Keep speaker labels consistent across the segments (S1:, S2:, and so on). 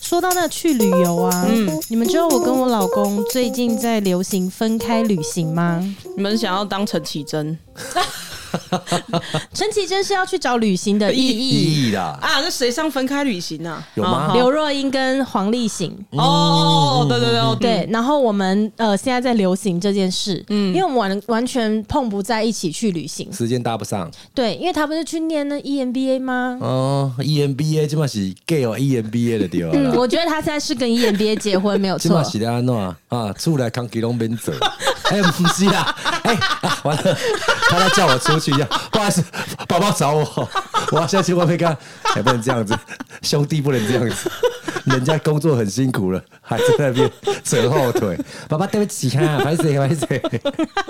S1: 说到那去旅游啊，
S2: 嗯
S1: 你们知道我跟我老公最近在流行分开旅行吗？
S2: 你们想要当陈绮贞
S1: 陈绮贞是要去找旅行的意义。哦
S3: 意义啦，
S2: 啊？那谁上分开旅行啊？
S3: 有吗
S2: 啊
S1: 刘若英跟黄立行，
S2: 哦哦，哦对对对哦，
S1: 对，然后我们呃现在在流行这件事，嗯，因为我们完完全碰不在一起去旅行，
S3: 嗯时间搭不上。
S1: 对，因为他不是去念那 E EMBA 吗？
S3: 哦，EMBA 即嘛是 gay 哦，EMBA 的对
S1: 嗯，
S3: 啦，
S1: 我觉得他现在是跟 E EMBA 结婚没有
S3: 即嘛
S1: 错，
S3: 是咧安怎啊？厝内空气拢免做。 哎，不是啦，哎，啊完了，他在叫我出去一样，不好意思，宝宝找我，我要下去外面干，哎，不能这样子，兄弟不能这样子，人家工作很辛苦了，还在那边扯后腿，爸爸对不起啊，不好意思，不好意思，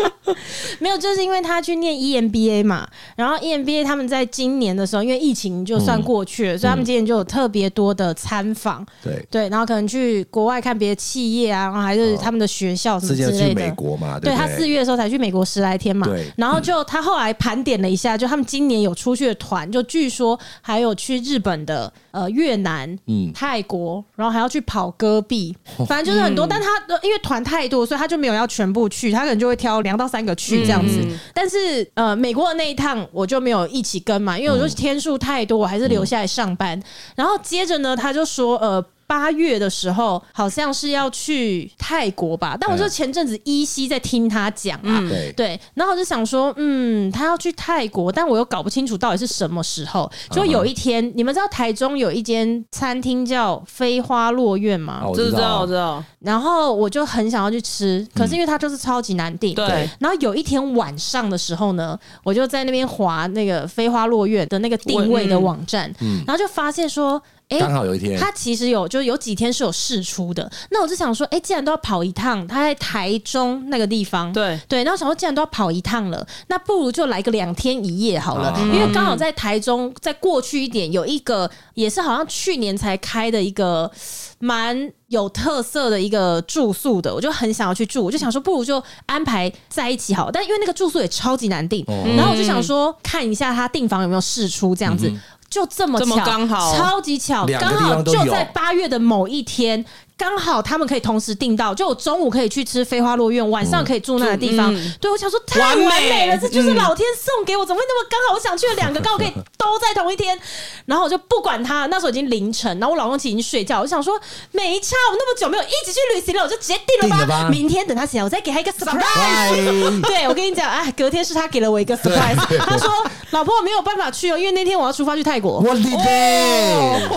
S1: 没有，就是因为他去念 E EMBA 嘛，然后 E EMBA 他们在今年的时候，因为疫情就算过去了，所以他们今年就有特别多的参访，
S3: 对。哦
S1: 对，然后可能去国外看别的企业啊，然后还是他们的学校什么
S3: 之
S1: 之
S3: 前
S1: 类
S3: 去
S1: 的。
S3: 美国嘛，
S1: 对
S3: 不
S1: 他四月的时候才去美国十来天嘛
S3: 对，
S1: 然后就他后来盘点了一下，就他们今年有出去的团，就据说还有去日本的、呃越南、
S3: 嗯
S1: 泰国，然后还要去跑戈壁，反正就是很多。但他呃因为团太多，所以他就没有要全部去，他可能就会挑两到三个去这样子。但是呃，美国的那一趟我就没有一起跟嘛，因为我就是天数太多，我还是留下来上班。然后接着呢，他就说呃。八月的时候好像是要去泰国吧，但我就
S3: 嗯
S1: 前阵子依稀在听他讲啊，
S3: 对
S1: 对，然后我就想说，嗯，他要去泰国，但我又搞不清楚到底是什么时候。
S3: 嗯
S1: 就有一天，你们知道台中有一间餐厅叫飞花落院吗？
S3: 啊我
S2: 知
S3: 知
S2: 道
S3: 道
S2: 我知道，
S1: 然后我就很想要去吃，可
S3: 嗯
S1: 是因为它就是超级难订。
S2: 对。
S1: 然后有一天晚上的时候呢，我就在那边划那个飞花落院的那个定位
S2: 嗯
S1: 的网站，然后就发现说，哎、
S3: 嗯刚好有一天，
S1: 他其实有，就是有几天是有试出的。那我就想说，哎、既然都要跑一趟，他在台中那个地方，
S2: 对
S1: 对，那我想说，既然都要跑一趟了，那不如就来个两天一夜好了，嗯
S3: 啊
S1: 因为刚好在台中，在过去一点有一个也是好像去年才开的一个蛮有特色的一个住宿的，我就很想要去住，我就想说，不如就安排在一起好了，但因为那个住宿也超级难订，
S3: 哦
S1: 然后我就想说看一下他订房有没有试出这样
S3: 嗯
S1: 子。就这么
S2: 这么
S1: 巧，
S2: 刚好
S1: 超级巧，
S3: 两个
S1: 刚
S3: 地
S1: 好
S3: 方都
S1: 就
S3: 有
S1: 在八月的某一天，刚好他们可以同时订到，就我中午可以去吃飞花落院，晚上可以住那个地方。对我想说太完
S2: 完美
S1: 美了，这就是
S2: 嗯
S1: 老天送给我，怎么会那么刚好？我想去了两个，刚好可以都在同一天。然后我就不管他，那时候已经凌晨，然后我老公其实已经睡觉，我就想说没差，啊我那么久没有一起去旅行了，我就直接订 了吧。
S3: 订了吧
S1: 明天等他醒来，我再给他一个 surprise。
S3: 嗨
S1: 对，我跟你讲，哎，隔天是他给了我一个 surprise，他说：“老婆，我没有办法去哦，因为那天我要出发去泰国。”
S3: 我的天！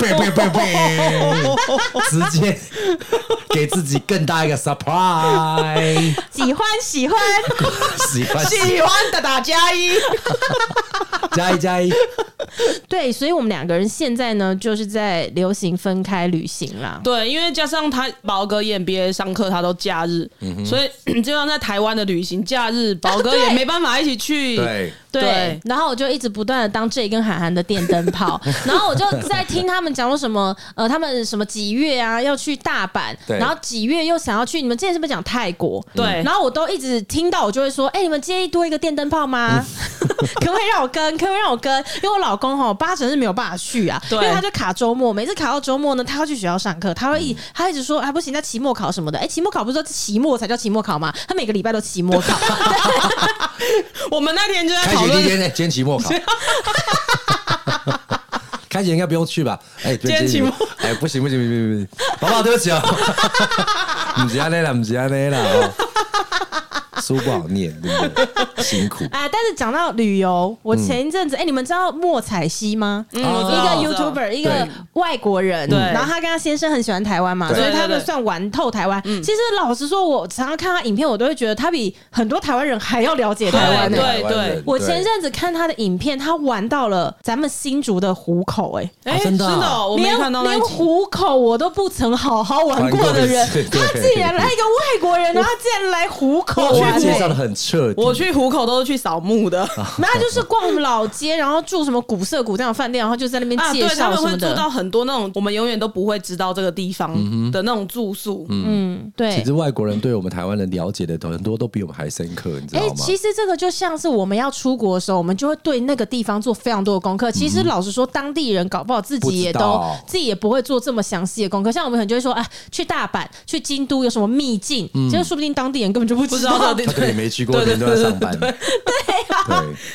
S3: 贝贝贝贝，直接给自己更大一个 surprise，
S1: 喜欢喜欢，
S3: 喜欢
S2: 喜欢的打加一，
S3: 加一加一，
S1: 对，所以我们两个人现在呢，就是在流行分开旅行啦。
S2: 对，因为加上他宝哥 EMBA 上课，他都假日，所以就像在台湾的旅行，假日宝哥
S1: 对
S2: 也没办法一起去，
S3: 对，
S1: 对，
S2: 对
S1: 然后我就一直不断的当 J 跟韩寒的电灯 泡，然后我就在听他们讲说什么，呃，他们什么几月啊要去大阪，
S3: 对
S1: 然后几月又想要去，你们之前是不是讲泰国？
S2: 对
S1: 然后我都一直听到，我就会说，哎、你们介意多一个电灯泡吗？
S2: 嗯
S1: 可不可以让我跟？可不可以让我跟？因为我老公吼八成是没有办法去啊，因
S2: 对
S1: 为他就卡周末，每次卡到周末呢，他要去学校上课，
S2: 嗯
S1: 他会一他一直说，哎，不行，那期末考什么的，哎、期末考不是说期末才叫期末考吗？他每个礼拜都期末考，
S2: 我们那天就在
S3: 开
S2: 讨
S3: 学第一
S2: 论
S3: 天呢，今天期末 考。开学应该不用去吧？哎、今
S2: 天期末，
S3: 哎、不行不行不行不行，宝宝对不 起哦，唔是安内啦，唔是安内啦、 哦，书不好念，真的辛苦。
S1: 哎，但是讲到旅游，我
S3: 嗯
S1: 前一阵子，哎、你们知道莫彩曦吗？嗯，
S2: 我知道
S1: 一个
S2: 我知道
S1: YouTuber，一个外国人，
S2: 对
S1: 然后他跟他先生很喜欢台湾嘛，
S3: 对
S1: 所以他
S2: 对
S1: 们
S2: 对对
S1: 算玩透台湾。其实老实说，我常常看他影片，我都会觉得他比很多台湾人还要了解台湾呢、欸
S2: 对
S3: 台湾人
S2: 对
S1: 我前阵子看他的影片，他玩到了咱们新竹的虎口、哎。
S2: 哎、
S3: 啊真的啊
S2: 哦我没
S1: 连
S2: 看到那一
S1: 连
S2: 集。
S1: 虎口我都不曾好好玩
S3: 玩
S1: 过
S3: 过
S1: 的
S3: 一次
S1: 人，
S3: 对
S1: 他竟然来一个外国人，然后他竟然来虎口
S3: 我
S1: 玩、
S3: 介绍
S1: 哎
S3: 的很彻底，
S2: 我去虎口都是去扫墓的
S1: 没有，他就是逛老街，然后住什么古色古这样的饭店，然后就在那边
S2: 啊，对
S1: 介，
S2: 他
S1: 绍
S2: 们
S1: 什
S2: 会
S1: 么
S2: 住
S1: 的。
S2: 到很多那种我们永远都不会知道这个地方的那种住宿。
S1: 嗯，
S3: 其
S1: 对
S3: 实。外国人对我们台湾人了解的很多都比我们还深刻，你知
S1: 哎、
S3: 道吗
S1: 其？实这个就像是我们要出国的时候，我们就会对那个地方做非常多的功课。其实老实说，当地人搞不好自
S3: 嗯不知
S1: 己也都
S3: 道
S1: 自己也不会做这么详细的功课。像我们可能就会说，哎、去大阪、去京都有什么秘境，
S3: 嗯
S1: 其实说不定当地人根本就不
S2: 不
S1: 知
S2: 知道
S1: 道
S2: 到。底
S3: 他可能也没去过，
S2: 对
S3: 人
S2: 对
S3: 都在上班。
S2: 对
S3: 对对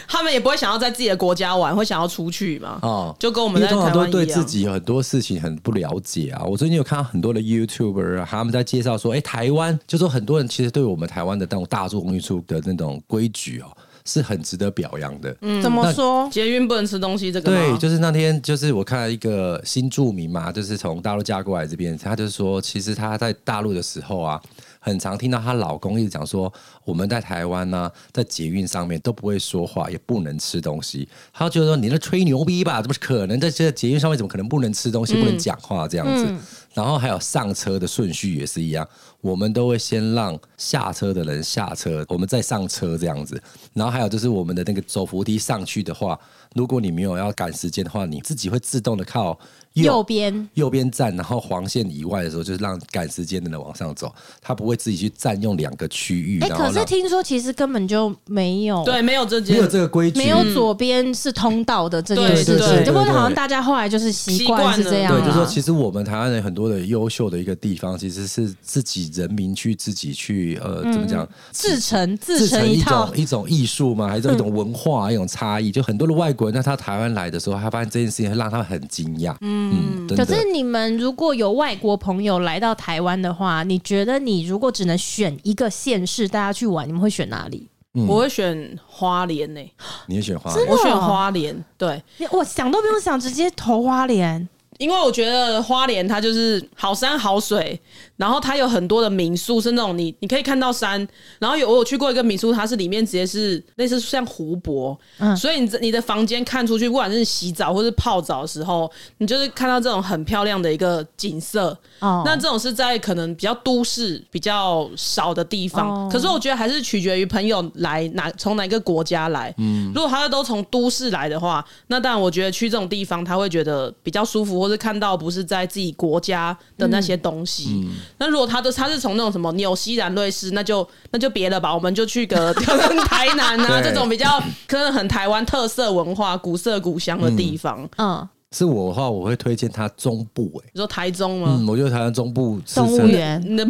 S2: 他们也不会想要在自己的国家玩，会想要出去嘛？
S3: 哦
S2: 就跟 我
S3: 因
S2: 们
S3: 为
S2: 在
S3: 通常
S2: 台
S3: 都
S2: 湾
S3: 对
S2: 一
S3: 自
S2: 样。
S3: 己有很多事情很不了解啊。我最近有看到很多的 YouTuber 啊，他们在介绍说，哎、台湾就说很多人其实对我们台湾的那种大众运输的那种规矩哦，是很值得表扬的。
S1: 怎么说？
S2: 捷运不能吃东西，这个
S3: 对，
S2: 吗？
S3: 就是那天，就是我看了一个新住民嘛，就是从大陆嫁过来这边，她就是说，其实她在大陆的时候啊，很常听到她老公一直讲说，我们在台湾呢、在捷运上面都不会说话，也不能吃东西。她就说：“你在吹牛逼吧？怎么可能在这捷运上面怎么可能不能吃东西、不
S2: 嗯
S3: 能讲话这样子？”然后还有上车的顺序也是一样，我们都会先让下车的人下车，我们再上车这样子。然后还有就是我们的那个走扶梯上去的话，如果你没有要赶时间的话，你自己会自动的靠
S1: 右边
S3: 右边站，然后黄线以外的时候，就是让赶时间的人往上走，他不会自己去占用两个区域。
S1: 哎、
S3: 然后
S1: 可是
S3: 让
S1: 听说其实根本就没有，
S2: 对，没有这
S3: 没
S2: 件
S3: 有这个规矩，
S1: 没有啊左边是通道的这件
S2: 对
S1: 事
S2: 对对
S1: 情，
S2: 对
S1: 只不过
S3: 对
S1: 好像大家后来就是习惯是这样啊啦。
S3: 对，就说其实我们台湾人很多的优秀的一个地方，其实是自己人民去自己去呃
S1: 嗯
S3: 怎么讲
S1: 自成自
S3: 自
S1: 成
S3: 成
S1: 一
S3: 一嗯
S1: 套
S3: 种，一种艺术吗？还是一种文化、一种差异？就很多的外国人，在他台湾来的时候，他发现这件事情会让他们很惊讶。嗯，真
S1: 可
S3: 的。
S1: 是你们如果有外国朋友来到台湾的话，你觉得你如果只能选一个县市大家去玩，你们会选哪里？
S3: 嗯
S2: 我会选花莲呢、
S3: 你也选花
S1: 真
S3: 莲
S1: 的
S2: 我选花莲，对，
S1: 你我想都不用想，直接投花莲。
S2: 因为我觉得花莲它就是好山好水，然后它有很多的民宿是那种你你可以看到山，然后有我有去过一个民宿，它是里面直接是类似像湖泊，所以你这你的房间看出去，不管是洗澡或是泡澡的时候，你就是看到这种很漂亮的一个景色。
S1: 哦
S2: 那这种是在可能比较都市比较少的地方，
S1: 哦
S2: 可是我觉得还是取决于朋友来哪从哪一个国家来。
S1: 嗯
S2: 如果他都从都市来的话，那当然我觉得去这种地方他会觉得比较舒服，或是看到不是在自己国家的那些东西。
S1: 嗯
S2: 那如果他都他是从那种什么纽西兰、瑞士，那就那就别了吧，我们就去个可能台南 啊
S3: 对
S2: 这种比较可能很台湾特色文化、古色古香的地方。
S1: 嗯，
S3: 是我的话，我会推荐他中部、欸。
S2: 你说台中吗？
S3: 嗯，我觉得台湾中部是
S1: 动物
S3: 真的，
S1: 园、
S2: 你的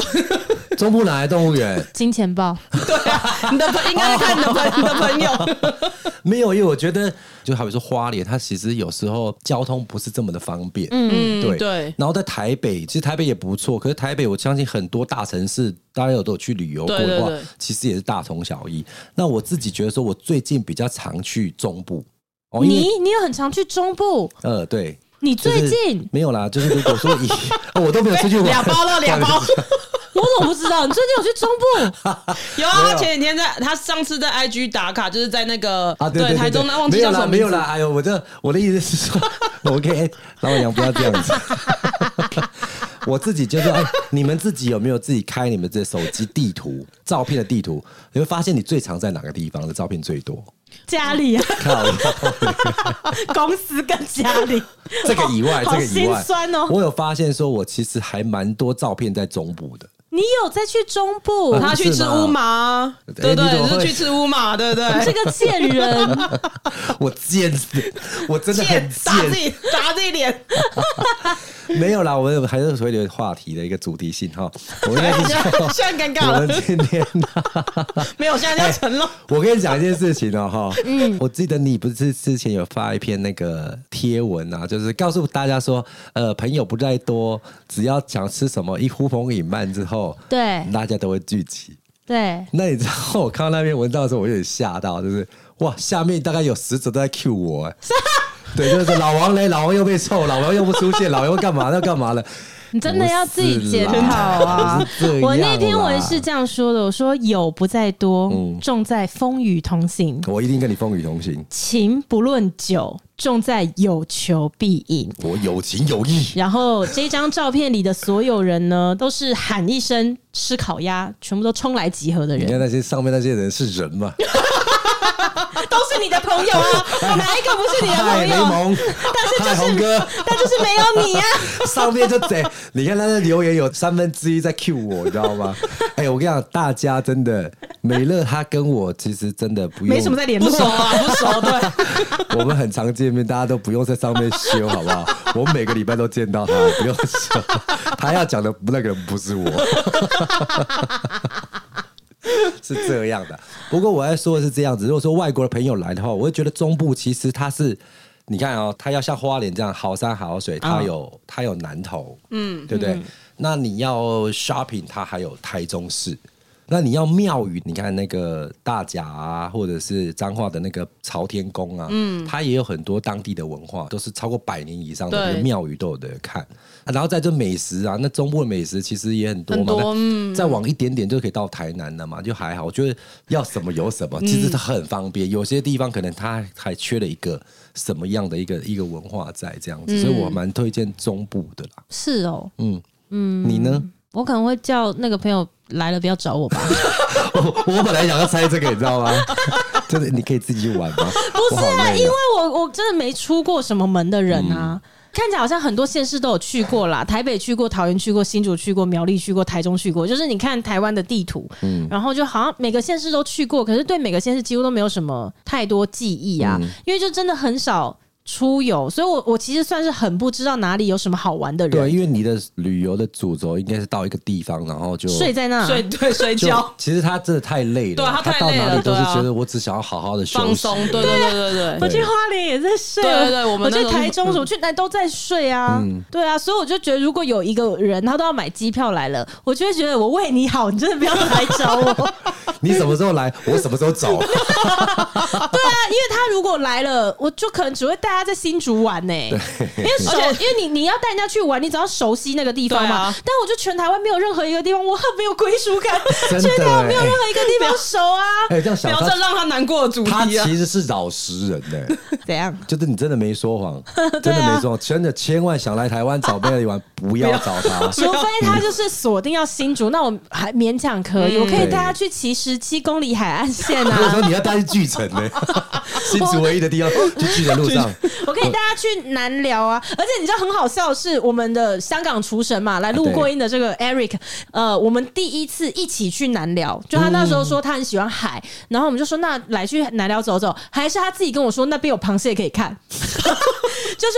S3: 中部哪来动物园？
S1: 金钱豹，
S2: 对啊，你的朋应该是看你的朋你的朋友。
S3: 没有，因为我觉得就好比说花莲，它其实有时候交通不是这么的方便。
S2: 嗯
S3: 对
S2: 对
S3: 然后在台北，其实台北也不错，可是台北我相信很多大城市，大家有都有去旅游过的话，
S2: 对对对
S3: 其实也是大同小异。那我自己觉得说，我最近比较常去中部。哦，因为
S1: 你你有很常去中部，
S3: 呃，对，
S1: 你
S3: 就
S1: 最
S3: 是
S1: 近
S3: 没有啦，就是如 果说以哦我都没有出去玩，
S2: 两包了两包
S1: 我怎么不知道？你最近有去中 部？
S2: 有啊，他前几天在他上次在 IG 打卡，就是在那个
S3: 啊，对对，
S2: 台中，
S3: 对
S2: 那忘记
S3: 没有
S2: 叫什
S3: 啦，
S2: 么
S3: 没
S2: 名
S3: 有
S2: 字
S3: 啦，。哎呦，我这我的意思 是说，OK，老板娘不要这样子。 我自己就是，哎，你们自己有没有自己开你们这手机地图、照片的地图？你会发现你最常在哪个地方的照片最多？
S1: 家里啊，
S3: 靠，
S1: 公司跟家里。
S3: 这个以外，
S1: 好
S3: 这个以
S1: 好
S3: 外
S1: 心，酸哦
S3: 我有发现说，我其实还蛮多照片在中 部的。
S1: 你有在去中 部？
S3: 啊
S2: 他去吃乌马，对不
S3: 哎你怎么
S2: 对，
S3: 会
S2: 是去吃乌马，对不
S1: 这
S2: 对？
S1: 个贱人，
S3: 我贱死，我真的很
S2: 打自
S3: 贱。
S2: 己打自己脸，，
S3: 没有啦，我有还是回流话题的一个主题性哈。我应该是说
S2: 哎 现在尴尬
S3: 我
S2: 了
S3: 们，哎今天
S2: 没有，现在叫成龙。
S3: 我跟你讲一件事情哦，哈，嗯，我记得你不是之前有发一篇那个贴文啊，就是告诉大家说，呃，朋友不在多，只要想吃什么，一呼朋引伴之后，
S1: 对
S3: 大家都会聚集。
S1: 对，
S3: 那你知道我看到那篇文章的时候，我有点吓到，就是哇，下面大概有十则都在 Q 我、哎对，就是说老王嘞，老王又被臭，老王又不出现，老王又干嘛要干嘛了？
S1: 你真的要自己检讨啊
S3: 不是啦！不是这样啦嗯
S1: 我那篇文是这样说的：我说有不在多，重在风雨同行；
S3: 我一定跟你风雨同行，
S1: 情不论久，重在有求必应。
S3: 我有情有义。
S1: 然后这张照片里的所有人呢，都是喊一声吃烤鸭，全部都冲来集合的
S3: 你看
S1: 人。
S3: 那些上面那些人是人吗？
S1: 都是你的朋 友啊， 哪一个不是你的
S3: 嗨，
S1: 啊朋
S3: 雷
S1: 友？
S3: 蒙，嗨，红哥，
S1: 但就是没有你啊！
S3: 上面就贼，你看他的留言有三分之一在 cue 我，你知道 吗？哎、我跟你讲，大家真的，美乐他跟我其实真的不用，
S1: 没什么在联
S2: 不熟
S1: 络，
S2: 啊，不熟，对，
S3: 我们很常见面，大家都不用在上面修，好不好？我每个礼拜都见到他，不用修。他要讲的那个人不是我，是这样的。不过我要说的是这样子，如果说外国的朋友来的话，我会觉得中部其实它是。你看哦，它要像花莲这样好山好水，它有、它有南投，啊嗯，对不对？那你要 shopping，它还有台中市。那你要庙宇，你看那个大甲啊，或者是彰化的那个朝天宫啊，嗯，它也有很多当地的文化，都是超过百年以上的
S2: 对
S3: 那个庙宇都有的看。啊然后再就美食啊，那中部的美食其实也很多嘛，
S2: 很多
S3: 那
S2: 嗯
S3: 再往一点点就可以到台南了嘛，就还好。我觉得要什么有什么，其实它很方便。有些地方可能它还缺了一个什么样的一个一个文化在这样子，所以我蛮推荐中部的啦。
S4: 是哦，
S3: 嗯嗯，你呢？
S4: 我可能会叫那个朋友来了，不要找我 吧。
S3: 我我本来想要猜这个，你知道吗？ 真的，你可以自己去玩吗？不是、啊，嗯因为
S1: 因为我我真的没出过什么门的人啊。看起来好像很多县市都有去过啦，台北去过，桃园去过，新竹去过，苗栗去过，台中去过。就是你看台湾的地图，
S3: 嗯
S1: 然后就好像每个县市都去过，可是对每个县市几乎都没有什么太多记忆啊，
S3: 嗯
S1: 因为就真的很少出游，所以我我其实算是很不知道哪里有什么好玩的
S3: 对，啊
S1: 人，
S3: 因为你的旅游的主轴应该是到一个地方，然后就
S1: 睡在那，
S2: 睡对睡
S3: 就
S2: 觉，
S3: 其实他真的太累了，
S2: 对他太
S3: 到
S2: 累
S3: 哪里
S2: 了
S3: 都是
S2: 对啊
S3: 觉得我只想要好好的休息，
S2: 放松，对对对对
S1: 我
S2: 对。
S1: 去花莲也在睡，啊
S2: 对对对我们那
S1: 去
S2: 时候嗯
S1: 台中什么去那都在睡啊，
S3: 嗯
S1: 对啊，所以我就觉得如果有一个人他都要买机票来了，我就会觉得我为你好，你真的不要来找我。
S3: 你什么时候来，我什么时候 走。
S1: 对啊，因为他如果来了，我就可能只会带他在新竹玩呢、因为熟，
S2: 而
S1: 因为你你要带人家去玩，你只要熟悉那个地方嘛。
S2: 对啊
S1: 但我就全台湾没有任何一个地方，我很没有归属感，
S3: 真的
S1: 全台湾没有
S3: 欸
S1: 任何一个地方熟啊。
S3: 哎、这样想
S2: 聊
S3: 他
S2: 这，让他难过的主
S3: 他
S2: 题啊！
S3: 其实是老实人呢、
S1: 怎样？
S3: 就是你真的没说谎，
S2: 啊
S3: 真的没说谎，真的千万想来台湾找贝利玩，不要找 他。
S1: 除非他就是锁定要新竹，那我还勉强可
S3: 嗯
S1: 以，我可以带他去骑十七公里海岸线
S3: 如果
S1: 啊，
S3: 说你要带去巨城 呢、新竹唯一的地方，就巨城路上。
S1: 我可以带他去南寮啊。而且你知道很好笑的是，我们的香港厨神
S3: 啊
S1: 嘛，来录过音的这个 Eric，呃，我们第一次一起去南寮，就他那时候
S3: 嗯
S1: 说他很喜欢海，然后我们就说那来去南寮走走，还是他自己跟我说那边有螃蟹可以看， 就是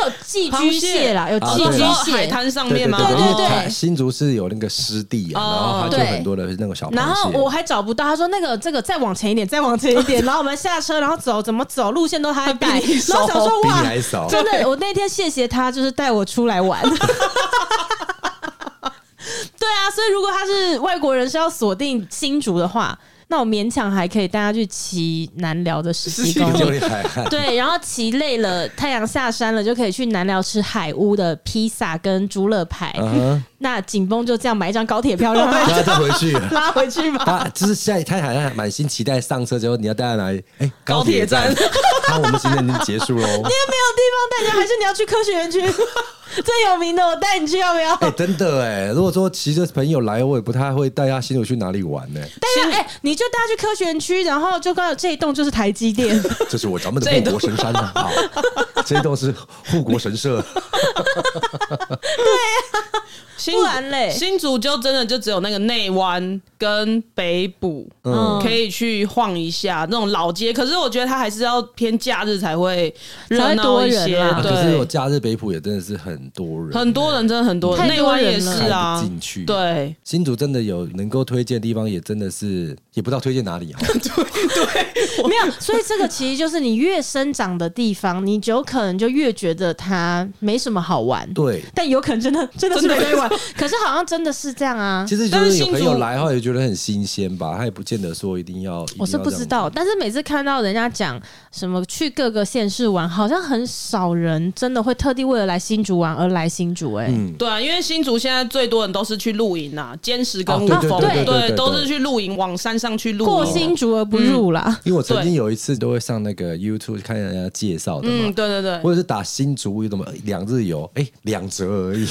S1: 有寄居蟹啦，有
S3: 螃
S1: 寄
S3: 蟹啊
S1: 居
S2: 说海
S1: 蟹。
S2: 滩上
S3: 对
S2: 面
S3: 对
S2: 吗？
S3: 对，因为
S1: 对 对
S3: 它新竹是有那个湿地啊，然后它
S2: 哦
S3: 就
S1: 对
S3: 很多的那个小螃蟹。
S1: 然后我还找不到，他说那个这个再往前一点，再往前一 点，然后我们下车，然后走怎么走路线都他在带，
S2: 他比你熟
S1: 然后想说
S3: 比
S1: 哇
S3: 你，还少，
S1: 真的，我那天谢谢他，就是带我出来 玩。对啊，所以如果他是外国人，是要锁定新竹的话，那我勉强还可以带他去骑南寮的十七公
S3: 你就
S1: 里。
S3: 厉害。
S1: 对，然后骑累了，太阳下山了，就可以去南寮吃海屋的披萨跟猪肋排。
S3: 嗯哼，
S1: 那紧绷就这样买一张高铁票，让他
S3: 然后再回去。
S1: 拉回去吧。
S3: 他就是现在，他好像满心期待上车之后，你要带他哪里？哎、
S2: 高铁站。
S3: 那我们今天已经结束喽。
S1: 没 有地方带你，还是你要去科学 园区最有名的，我带你去要不要？
S3: 哎、真的哎、如果说骑着朋友来，我也不太会带他新竹去哪里玩呢、
S1: 对啊，哎、你就带他去科学园区，然后就告诉这一栋就是台积 电，
S3: 这是我咱们 的护国神山呐、啊，这都是护国神社。
S2: 新
S1: 不然嘞
S2: 新竹就真的就只有那个内湾跟北部，
S1: 嗯
S2: 可以去晃一下那种老街。可是我觉得它还是要偏假日才会热闹一些，
S1: 才会多人啦
S3: 啊可是我
S2: 对。
S3: 假日北浦也真的是很多人，
S2: 很多人真的很多，
S1: 太
S2: 内
S1: 多
S2: 湾
S1: 人了
S2: 也是啊
S3: 看不，进去
S2: 对
S3: 新竹真的有能够推荐的地方，也真的是也不知道推荐哪里好。
S1: 没有，所以这个其实就是你越生长的地方，你就有可能就越觉得它没什么好玩。
S3: 对，
S1: 但有可能真的真的是
S2: 真的
S1: 没玩，可是好像真的是这样啊。
S3: 其实就
S2: 但是
S3: 是有
S2: 新
S3: 朋友
S2: 竹
S3: 来的话，也觉得很新鲜吧，他也不见得说一定要。一定
S1: 我是
S3: 要
S1: 不
S3: 这
S1: 知
S3: 样
S1: 道，
S3: 子，
S1: 但是每次看到人家讲什么去各个县市玩，好像很少人真的会特地为了来新竹玩而来新竹、哎、
S3: 嗯
S2: 对啊，因为新竹现在最多人都是去露营啊，坚石跟
S3: 哦
S2: 五
S3: 对
S1: 对
S2: 峰，
S1: 对对
S3: 对对对
S2: 都是去露营，往山上去露
S1: 过
S3: 哦
S2: 营。
S1: 新竹而不入 啦。
S3: 因为我曾
S2: 对
S3: 经有一次都会上那个 YouTube 看人家介
S2: 嗯
S3: 绍的嘛
S2: 嗯，，对对对，
S3: 或者是打新竹有什么两日游，哎、两折而已，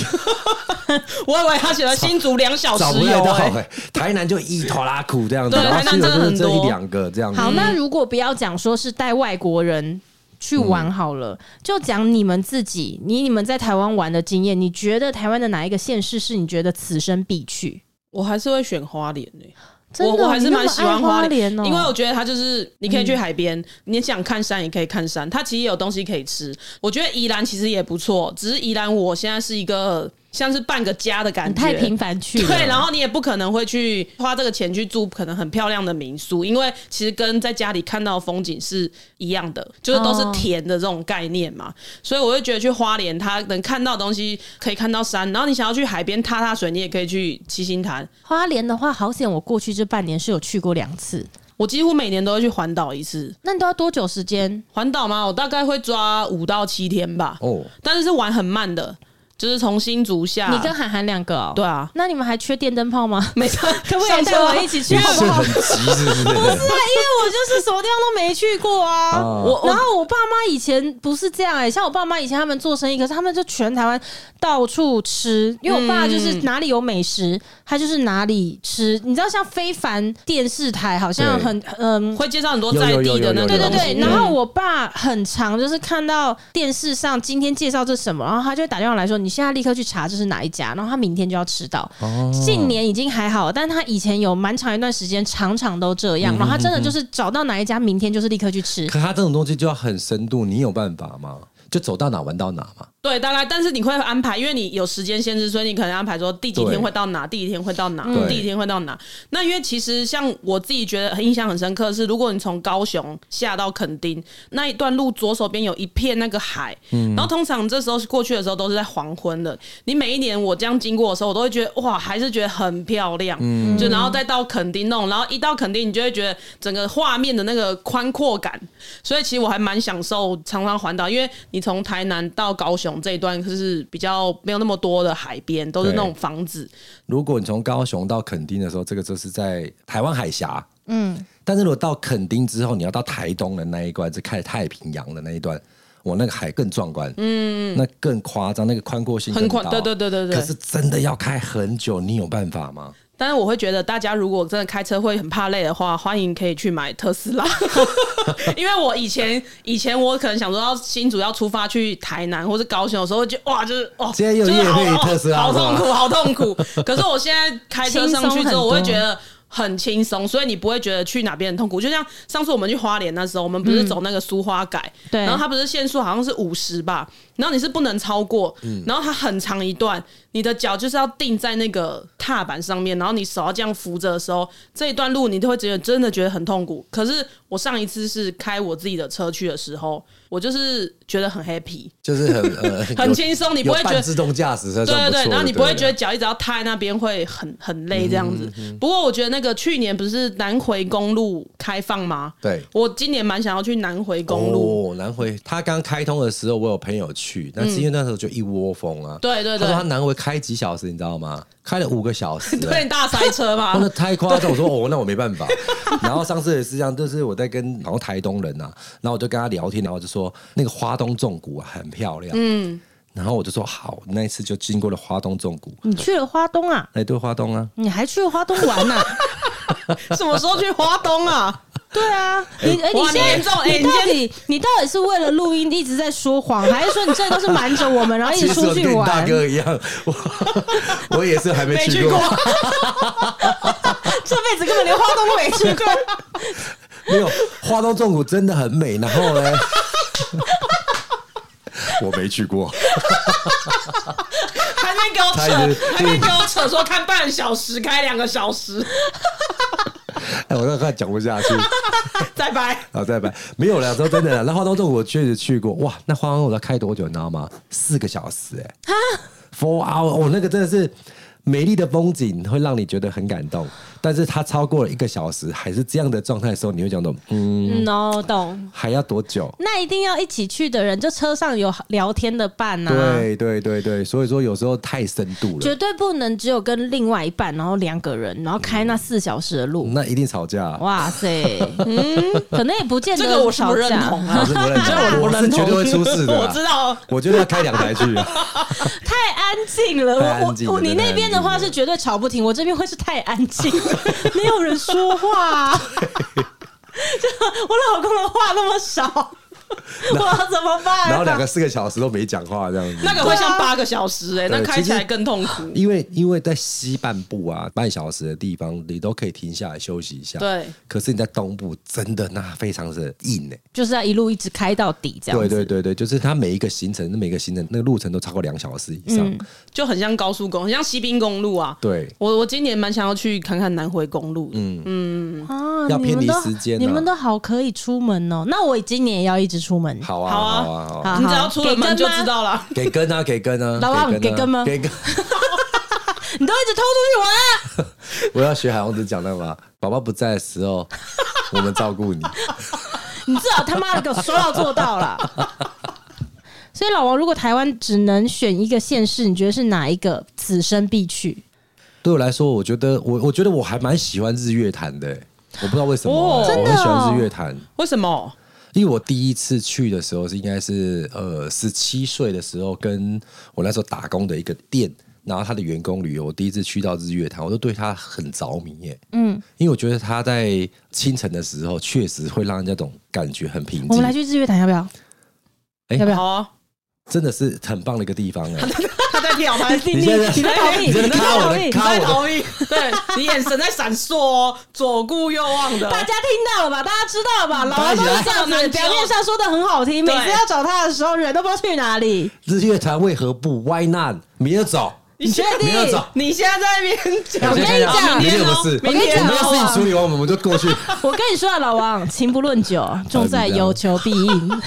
S2: 我以为他写了新竹两小时
S3: 找不
S2: 有、
S3: 到
S2: 欸，
S3: 哎，台南就一拖拉苦这样子，
S2: 对
S3: 然后
S2: 台南
S3: 西游
S2: 真的
S3: 就是
S2: 很
S3: 这
S2: 多
S3: 一两个
S2: 嗯
S3: 这样子。
S1: 好，那如果不要讲说是带外国人去玩好了，
S2: 嗯
S1: 就讲你们自己，你你们在台湾玩的经验，你觉得台湾的哪一个县市是你觉得此生必去？
S2: 我还是会选花莲诶、
S1: 真
S2: 我
S1: 的，
S2: 我还是
S1: 你那
S2: 蛮
S1: 么
S2: 喜
S1: 爱
S2: 欢
S1: 花
S2: 莲
S1: 莲哦，嗯
S2: 因为我觉得它就是你可以去海边，你想看山也可以看山，它其实也有东西可以吃。我觉得宜兰其实也不错，只是宜兰我现在是一个像是半个家的感
S4: 你
S2: 觉，
S4: 太频繁去了。
S2: 对，然后你也不可能会去花这个钱去住可能很漂亮的民宿，因为其实跟在家里看到的风景是一样的，就是都是甜的这种概念嘛。所以我会觉得去花莲，它能看到的东西可以看到山，然后你想要去海边踏踏水，你也可以去七星潭。
S1: 花莲的话，好险，我过去这半年是有去过两次。
S2: 我几乎每年都会去环岛一次。
S1: 那你都要多久时间？
S2: 环岛嘛，我大概会抓五到七天吧，
S3: 哦，
S2: 但是是玩很慢的，就是从新竹下。
S1: 你跟韩寒两个哦、
S2: 啊对啊，
S1: 那你们还缺电灯泡吗？
S2: 没事，可
S1: 可不可以带我一起去
S3: 你
S1: 好
S3: 是
S1: 不好？
S3: 很急是不是？
S1: 对，因为我就是什么地方都没去过啊。
S3: 啊
S2: 我
S1: 然后我爸妈以前不是这样哎、像我爸妈以前他们做生意，可是他们就全台湾到处吃，因为我爸就是哪里有美食，他就是哪里吃。你知道，像非凡电视台好像很嗯。
S2: 会介绍很多在地的那个
S1: 对对
S2: 东西嗯
S1: 对，然后我爸很常就是看到电视上今天介绍这什么，然后他就会打电话来说，你现在立刻去查这是哪一家，然后他明天就要吃到。近年已经还好，但他以前有蛮长一段时间，常常都这样，然后他真的就是找到哪一家，明天就是立刻去吃。
S3: 可它这种东西就要很深度，你有办法吗？就走到哪玩到哪嘛。
S2: 对，大概，但是你会安排，因为你有时间限制，所以你可能安排说第几天会到哪，第几天会到哪，
S1: 嗯
S3: 对
S2: 第几天会到哪。那因为其实像我自己觉得很印象很深刻的是，如果你从高雄下到垦丁那一段路，左手边有一片那个海，然后通常这时候过去的时候都是在黄昏的。你每一年我这样经过的时候，我都会觉得哇，还是觉得很漂亮。就然后再到垦丁那种，然后一到垦丁，你就会觉得整个画面的那个宽阔感。所以其实我还蛮享受常常环岛，因为你从台南到高雄这一段就是比较没有那么多的海边，都是那种房子。
S3: 如果你从高雄到垦丁的时候，这个就是在台湾海峡，嗯，但是如果到垦丁之后，你要到台东的那一段，就看太平洋的那一段，我那个海更壮观，嗯，那更夸张，那个宽阔性
S2: 很宽
S3: 宽，
S2: 对对对对对
S3: 可是真的要开很久，你有办法吗？
S2: 但是我会觉得，大家如果真的开车会很怕累的话，欢迎可以去买特斯拉， 因为我以前以前我可能想说要新竹要出发去台南或是高雄的时候，就哇就是哇，
S3: 现在又
S2: 就是好哦
S3: 业配特斯拉
S2: 好
S3: 是吧
S2: 痛苦，好痛苦。可是我现在开车上
S1: 轻松
S2: 去
S1: 很
S2: 之后，
S1: 多
S2: 我会觉得。很轻松，所以你不会觉得去哪边很痛苦。就像上次我们去花莲那时候，我们不是走那个苏花改，
S1: 对
S2: 然后它不是限速好像是五十吧，然后你是不能超过，然后它很长一段，你的脚就是要定在那个踏板上面，然后你手要这样扶着的时候，这一段路你都会觉得真的觉得很痛苦。可是我上一次是开我自己的车去的时候，我就是觉得很 happy，
S3: 就是很 呃
S2: 很轻松你不会觉得
S3: 有半自动驾驶车，
S2: 对对对，然后你不会觉得
S3: 得
S2: 脚一直要踏在那边会很很
S3: 嗯
S2: 累这样子。不过我觉得那个去年不是南回公路开放吗？
S3: 对
S2: 我今年蛮想要去南回公路。
S3: 哦，南回他刚开通的时候，我有朋友去，但是因为那时候就一窝蜂啊，
S2: 嗯对对
S3: 他
S2: 对
S3: 说他，南回开几小时，你知道吗？开了五个小 时、欸，
S2: 对大塞车嘛
S3: 哦，， 那太夸张！我说哦，那我没办法。 然后上次也是这样，就是我在跟好像台东人呐、啊，然后我就跟他聊天，然后我就说那个花东纵谷啊很漂亮，嗯，然后我就说好，那一次就经过了花东纵谷，
S1: 你去了花东啊？
S3: 哎，对，花东啊，
S1: 你还去花东玩啊呢、
S2: 什么时候去花东啊？
S1: 对啊，你哎、
S2: 哇
S1: 你
S2: 你
S1: 现
S2: 严重
S1: 在
S2: 哎
S1: 你到底你到底是为了录音一直在说谎，还是说你真的都是瞒着我们，然后一
S3: 其
S1: 直
S3: 实
S1: 出
S3: 我
S1: 去
S3: 哎跟你大
S1: 玩？
S3: 哥一样，我 我也是还没去过，
S1: 这辈子根本连花东都没去 过。
S3: 没有花东纵谷真的很美，然后 呢，我没去过，
S2: 还没给我
S3: 他也
S2: 扯，还没给我扯说看半小时，开两个小时，
S3: 哎，我那快讲不下去。
S2: 再拜。
S3: 好，啊再拜。没有了，说真的啦，那花东洞我确实去过，哇，那花东洞要开多久，你知道吗？四个小时、欸，哎，four hour，哦，那个真的是美丽的风景会让你觉得很感动，但是它超过了一个小时还是这样的状态的时候，你会讲到嗯，
S1: 嗯哦，懂。
S3: 还要多久？
S1: 那一定要一起去的人，就车上有聊天的伴呐、啊，
S3: 对对对对，所以说有时候太深度
S1: 绝
S3: 了，
S1: 对不能只有跟另外一半，然后两个人，然后开那四小时的路。
S3: 那一定吵架。
S1: 哇塞， 嗯，可能也不见得
S2: 这个我是不
S1: 吵
S2: 认
S1: 架
S2: 同
S3: 我
S2: 啊
S3: 是，不认
S2: 这个我
S3: 同，
S2: 不
S3: 我
S2: 认
S3: 是
S2: 同，
S3: 绝对会出事的
S2: 我
S3: 啊。
S2: 知道，
S3: 我觉得要开 两台去啊，
S1: 太安静了。我
S3: 太安静
S1: 我我
S3: 了
S1: 你
S3: 真的
S1: 那边的话
S3: 安静
S1: 是
S3: 了
S1: 绝对吵不停，我这边会是太安静 了，没有人说话、 就我老 公的话那么少，我要怎么办、啊？
S3: 然后两个四个小时都没讲话这样子。
S2: 那个会像八个小时哎，
S3: 啊对
S2: 那开起
S3: 其
S2: 来
S3: 实
S2: 更痛苦。
S3: 因为因为在西半部啊，半小时的地方，你都可以停下来休息一下。
S2: 对，
S3: 可是你在东部真的那非常的硬哎、
S1: 就是要一路一直开到底这样
S3: 对
S1: 子。
S3: 对对对，就是它每一个行程，每一个行程那个路程都超过两小时以
S1: 嗯
S3: 上。
S2: 就很像高速公路，很像西滨公路啊。
S3: 对，
S2: 我我今年蛮想要去看看南回公路的，
S3: 嗯
S1: 啊
S3: 要
S1: 你们
S3: 偏离
S1: 都
S3: 时间啊
S1: 你们都好可以出门哦。那我今年也要一直出门。
S3: 好啊，
S2: 好啊
S3: 好啊，好啊，
S1: 好
S2: 你只要出了门就知道了。
S3: 给跟啊，给跟啊，
S1: 老王
S3: 给
S1: 给跟吗
S3: 给跟，
S1: 你都一直偷出去玩啊、
S3: 我要学海王子讲的嘛，宝宝不在的 时候，我们照顾你。
S1: 你至少他妈的给我说到做到啦。 所以老王，如果台湾只能选一个县市，你觉得是哪一个？此生必去。
S3: 对我来说，我觉得我我觉得我还蛮喜欢日月潭的、欸我不知道为什么、
S2: 哦
S3: 我
S2: 真
S1: 的
S3: 很喜
S1: 哦
S3: 欢日月潭。
S2: 为什么？
S3: 因为我第一次去的时候是应该是呃十七岁的时候，跟我那时候打工的一个店，然后他的员工旅游，我第一次去到日月潭，我就对他很着迷耶。嗯，因为我觉得他在清晨的时候确实会让人家种感觉很平
S1: 我们来
S3: 静，
S1: 去日月潭要不要？
S3: 哎
S1: 要不要？
S2: 好啊，
S3: 真的是很棒的一个地方 哎。
S2: 他在表 白，
S1: 你
S3: 你
S1: 你
S3: 现在
S1: 你在逃避，
S3: 你在
S1: 在
S3: 看
S1: 逃
S3: 我的
S1: 避。
S3: 看
S2: 在逃避，对你眼神在闪烁哦，左顾右望的。
S1: 大家听到了吧？大家知道了吧？老王都是这样
S2: 大家
S1: 子，
S2: 知道
S1: 表面上说的很好听，每
S2: 对
S1: 次要找他的时候，人都不知道去哪里。
S3: 日月潭为何不 Why not？明天走，
S2: 你确
S1: 定
S3: 明天走。
S2: 你现在在那边讲，
S1: 我跟你讲
S3: 明
S2: 明
S3: 天
S2: 天
S3: 有
S2: 哦
S3: 事，
S2: 明
S1: 天
S2: 天
S1: 哦
S3: 我们要事情处理完，我们我们就过去。
S1: 我跟你说啊，老王，情不论酒，重在有求必应。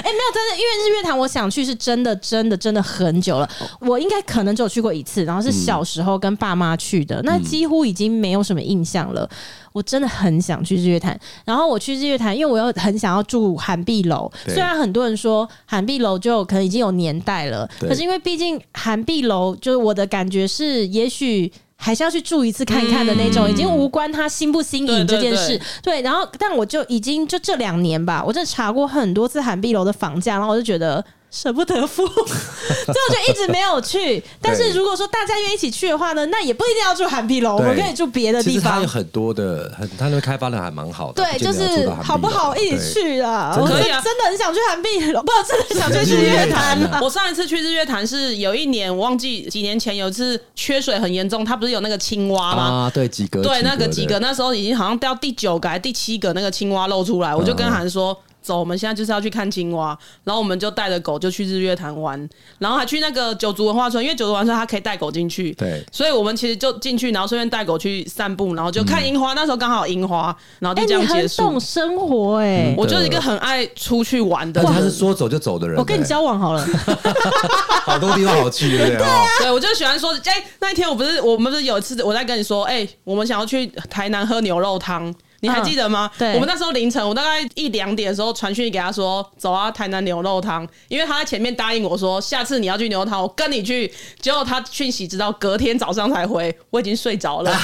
S1: 哎、没有，真的，因为日月潭我想去是真的，真的，真的很久了。我应该可能只有去过一次，然后是小时候跟爸妈去的，那几乎已经没有什么印象了。我真的很想去日月潭，然后我去日月潭，因为我又很想要住寒碧楼。
S3: 对
S1: 虽然很多人说寒碧楼就可能已经有年代了，
S3: 对
S1: 可是因为毕竟寒碧楼，就是我的感觉是，也许还是要去住一次看看的那种，已经无关它新不新
S2: 对
S3: 嗯
S1: 颖
S2: 对
S1: 这件事。对，然后但我就已经就这两年吧，我真的查过很多次韩碧楼的房价，然后我就觉得。舍不得 付，所以我就一直没有去。但是如果说大家愿意一起去的话呢，那也不一定要住韩碧楼，我们
S3: 对
S1: 可以住别的
S3: 其
S1: 地
S3: 实它
S1: 方
S3: 有。很多的，很它那边开发的还蛮好的。
S1: 对，
S3: 不
S1: 就
S3: 见得要住
S1: 是
S3: 到寒
S1: 好不
S3: 冰楼
S1: 好一起？去啊？
S3: 对
S1: 我
S3: 真
S1: 真
S2: 的可以啊
S1: 真的很想去韩碧楼，不，真的想去日
S3: 日
S1: 月
S3: 月
S1: 潭啊
S3: 潭啊
S1: 了。
S2: 我上一次去日月潭是有一年，我忘记几年前有一次缺水很严重，它不是有那个青蛙
S3: 对
S2: 吗？
S3: 啊，对，几个
S2: 对，那个
S3: 的
S2: 几个，那时候已经好像到第九个还是第七个那个青蛙露出来，我就跟
S3: 嗯
S2: 韩说。走，我们现在就是要去看青蛙，然后我们就带着狗就去日月潭玩，然后还去那个九族文化村，因为九族文化村它可以带狗进去，
S3: 对
S2: 所以我们其实就进去，然后顺便带狗去散步，然后就
S3: 嗯
S2: 看樱花，那时候刚好有樱花，然后就
S1: 哎、
S2: 这
S1: 你
S2: 样
S1: 很
S2: 结束。
S1: 懂生活哎、
S2: 我就是一个很爱出去玩的
S3: 但
S2: 人，
S3: 是他是说走就走的人、
S1: 我跟你
S3: 欸，
S1: 交往好 了，
S3: 好多地方好去，对 不对？
S1: 啊
S3: 哦
S2: 对，我就喜欢说，哎、那一天我不是我们不是有一次我在跟你说，哎、我们想要去台南喝牛肉汤。你还记得吗？
S1: 嗯对
S2: 我们那时候凌晨，我大概一两点的时候传讯给他说，走啊，台南牛肉汤，因为他在前面答应我说，下次你要去牛肉汤，我跟你去。结果他讯息直到隔天早上才回，我已经睡着
S1: 啊
S2: 了。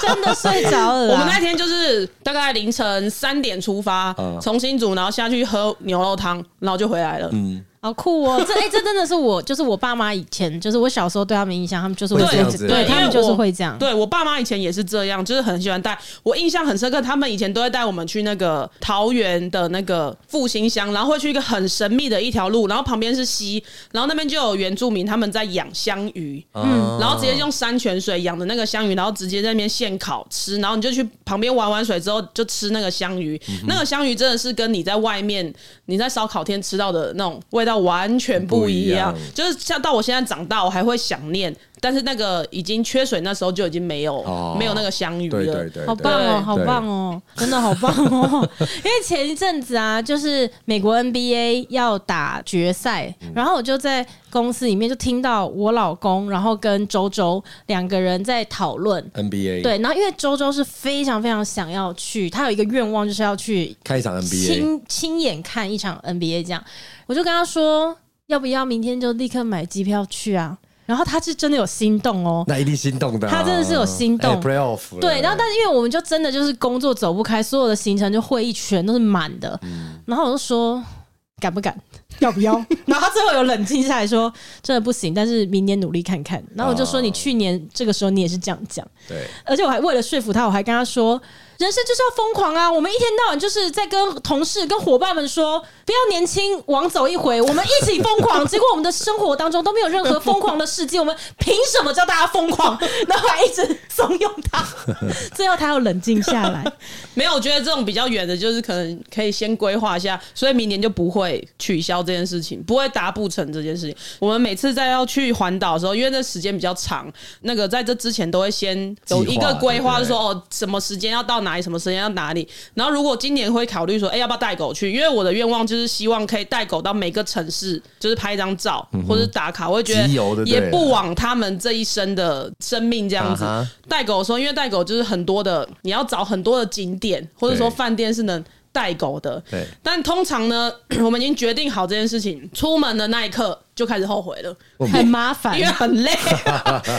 S1: 真的睡着了啦。
S2: 我们那天就是大概凌晨三点出发，
S3: 嗯
S2: 从新竹，然后下去喝牛肉汤，然后就回来了。
S1: 嗯好酷哦！这哎、这真的是我，就是我爸妈以前，就是我小时候对他们印象，他们就是会
S3: 会这样子
S1: 对
S2: 因为
S1: 他们就是会这样
S2: 我。对我爸妈以前也是这样，就是很喜欢带我，印象很深刻。他们以前都会带我们去那个桃园的那个复兴乡，然后会去一个很神秘的一条路，然后旁边是溪，然后那边就有原住民他们在养香鱼。
S3: 嗯
S2: 然后直接用山泉水养的那个香鱼，然后直接在那边现烤吃，然后你就去旁边玩玩水之后就吃那个香鱼，
S3: 嗯
S2: 那个香鱼真的是跟你在外面你在烧烤店吃到的那种味道完全不一样，
S3: 不一样
S2: 就是像到我现在长大，我还会想念但是那个已经缺水，那时候就已经没有、
S3: 哦
S2: 没有那个香鱼了。
S3: 对对对，
S1: 好棒哦，
S2: 对
S1: 好棒哦，真的好棒 哦！因为前一阵子啊，就是美国 NBA 要打决赛，
S2: 嗯
S1: 然后我就在公司里面就听到我老公，然后跟周周两个人在讨论。
S3: ！NBA
S2: 哎
S1: 对，然后因为周周是非常非常想要去，他有一个愿望就是要去
S3: 开一场 NBA，
S1: 亲亲眼看一场 NBA 这样，我就跟他说，要不要明天就立刻买机票去啊？然后他是真的有心动哦，
S3: 那一定心动的啊，
S1: 他真的是有心动
S3: 哎 Playoff 了
S1: 对，然后但是因为我们就真的就是工作走不开，所有的行程就会议全都是满的，
S3: 嗯
S1: 然后我就说敢不敢，要不要？ 然后他最后有冷静下来说真的不行，但是明年努力看看。然后我就说
S3: 哦
S1: 你去年这个时候你也是这样讲，
S3: 对
S1: 而且我还为了说服他，我还跟他说，人生就是要疯狂啊！我们一天到晚就是在跟同事、跟伙伴们说，不要年轻，往走一回，我们一起疯狂。结果我们的生活当中都没有任何疯狂的事迹，我们凭什么叫大家疯狂？然后还一直怂恿他， 最后他要冷静下 来。
S2: 没有，我觉得这种比较远的，就是可能可以先规划一下，所以明年就不会取消这件事情，不会达不成这件事情。我们每次在要去环岛的时候，因为那时间比较长，那个在这之前都会先有一
S3: 计划
S2: 个规划，就
S3: 对不对
S2: 说哦，什么时间要到哪里，什么时间要哪里。然后如果今年会考虑说，哎、要不要带狗去？因为我的愿望就是希望可以带狗到每个城市，就是拍一张照、
S3: 嗯
S2: 或者打卡。我会觉
S3: 集邮
S2: 得
S3: 就对
S2: 也
S3: 了
S2: 不枉他们这一生的生命这样子。
S3: 啊哈
S2: 带狗的时候，因为带狗就是很多的，你要找很多的景点，或者说
S3: 对
S2: 饭店是能带狗的。
S3: 对
S2: 但通常呢， 我们已经决定好这件事情，出门的那一刻就开始后悔了，
S1: 很麻烦
S3: 哎
S2: 因为，很 累。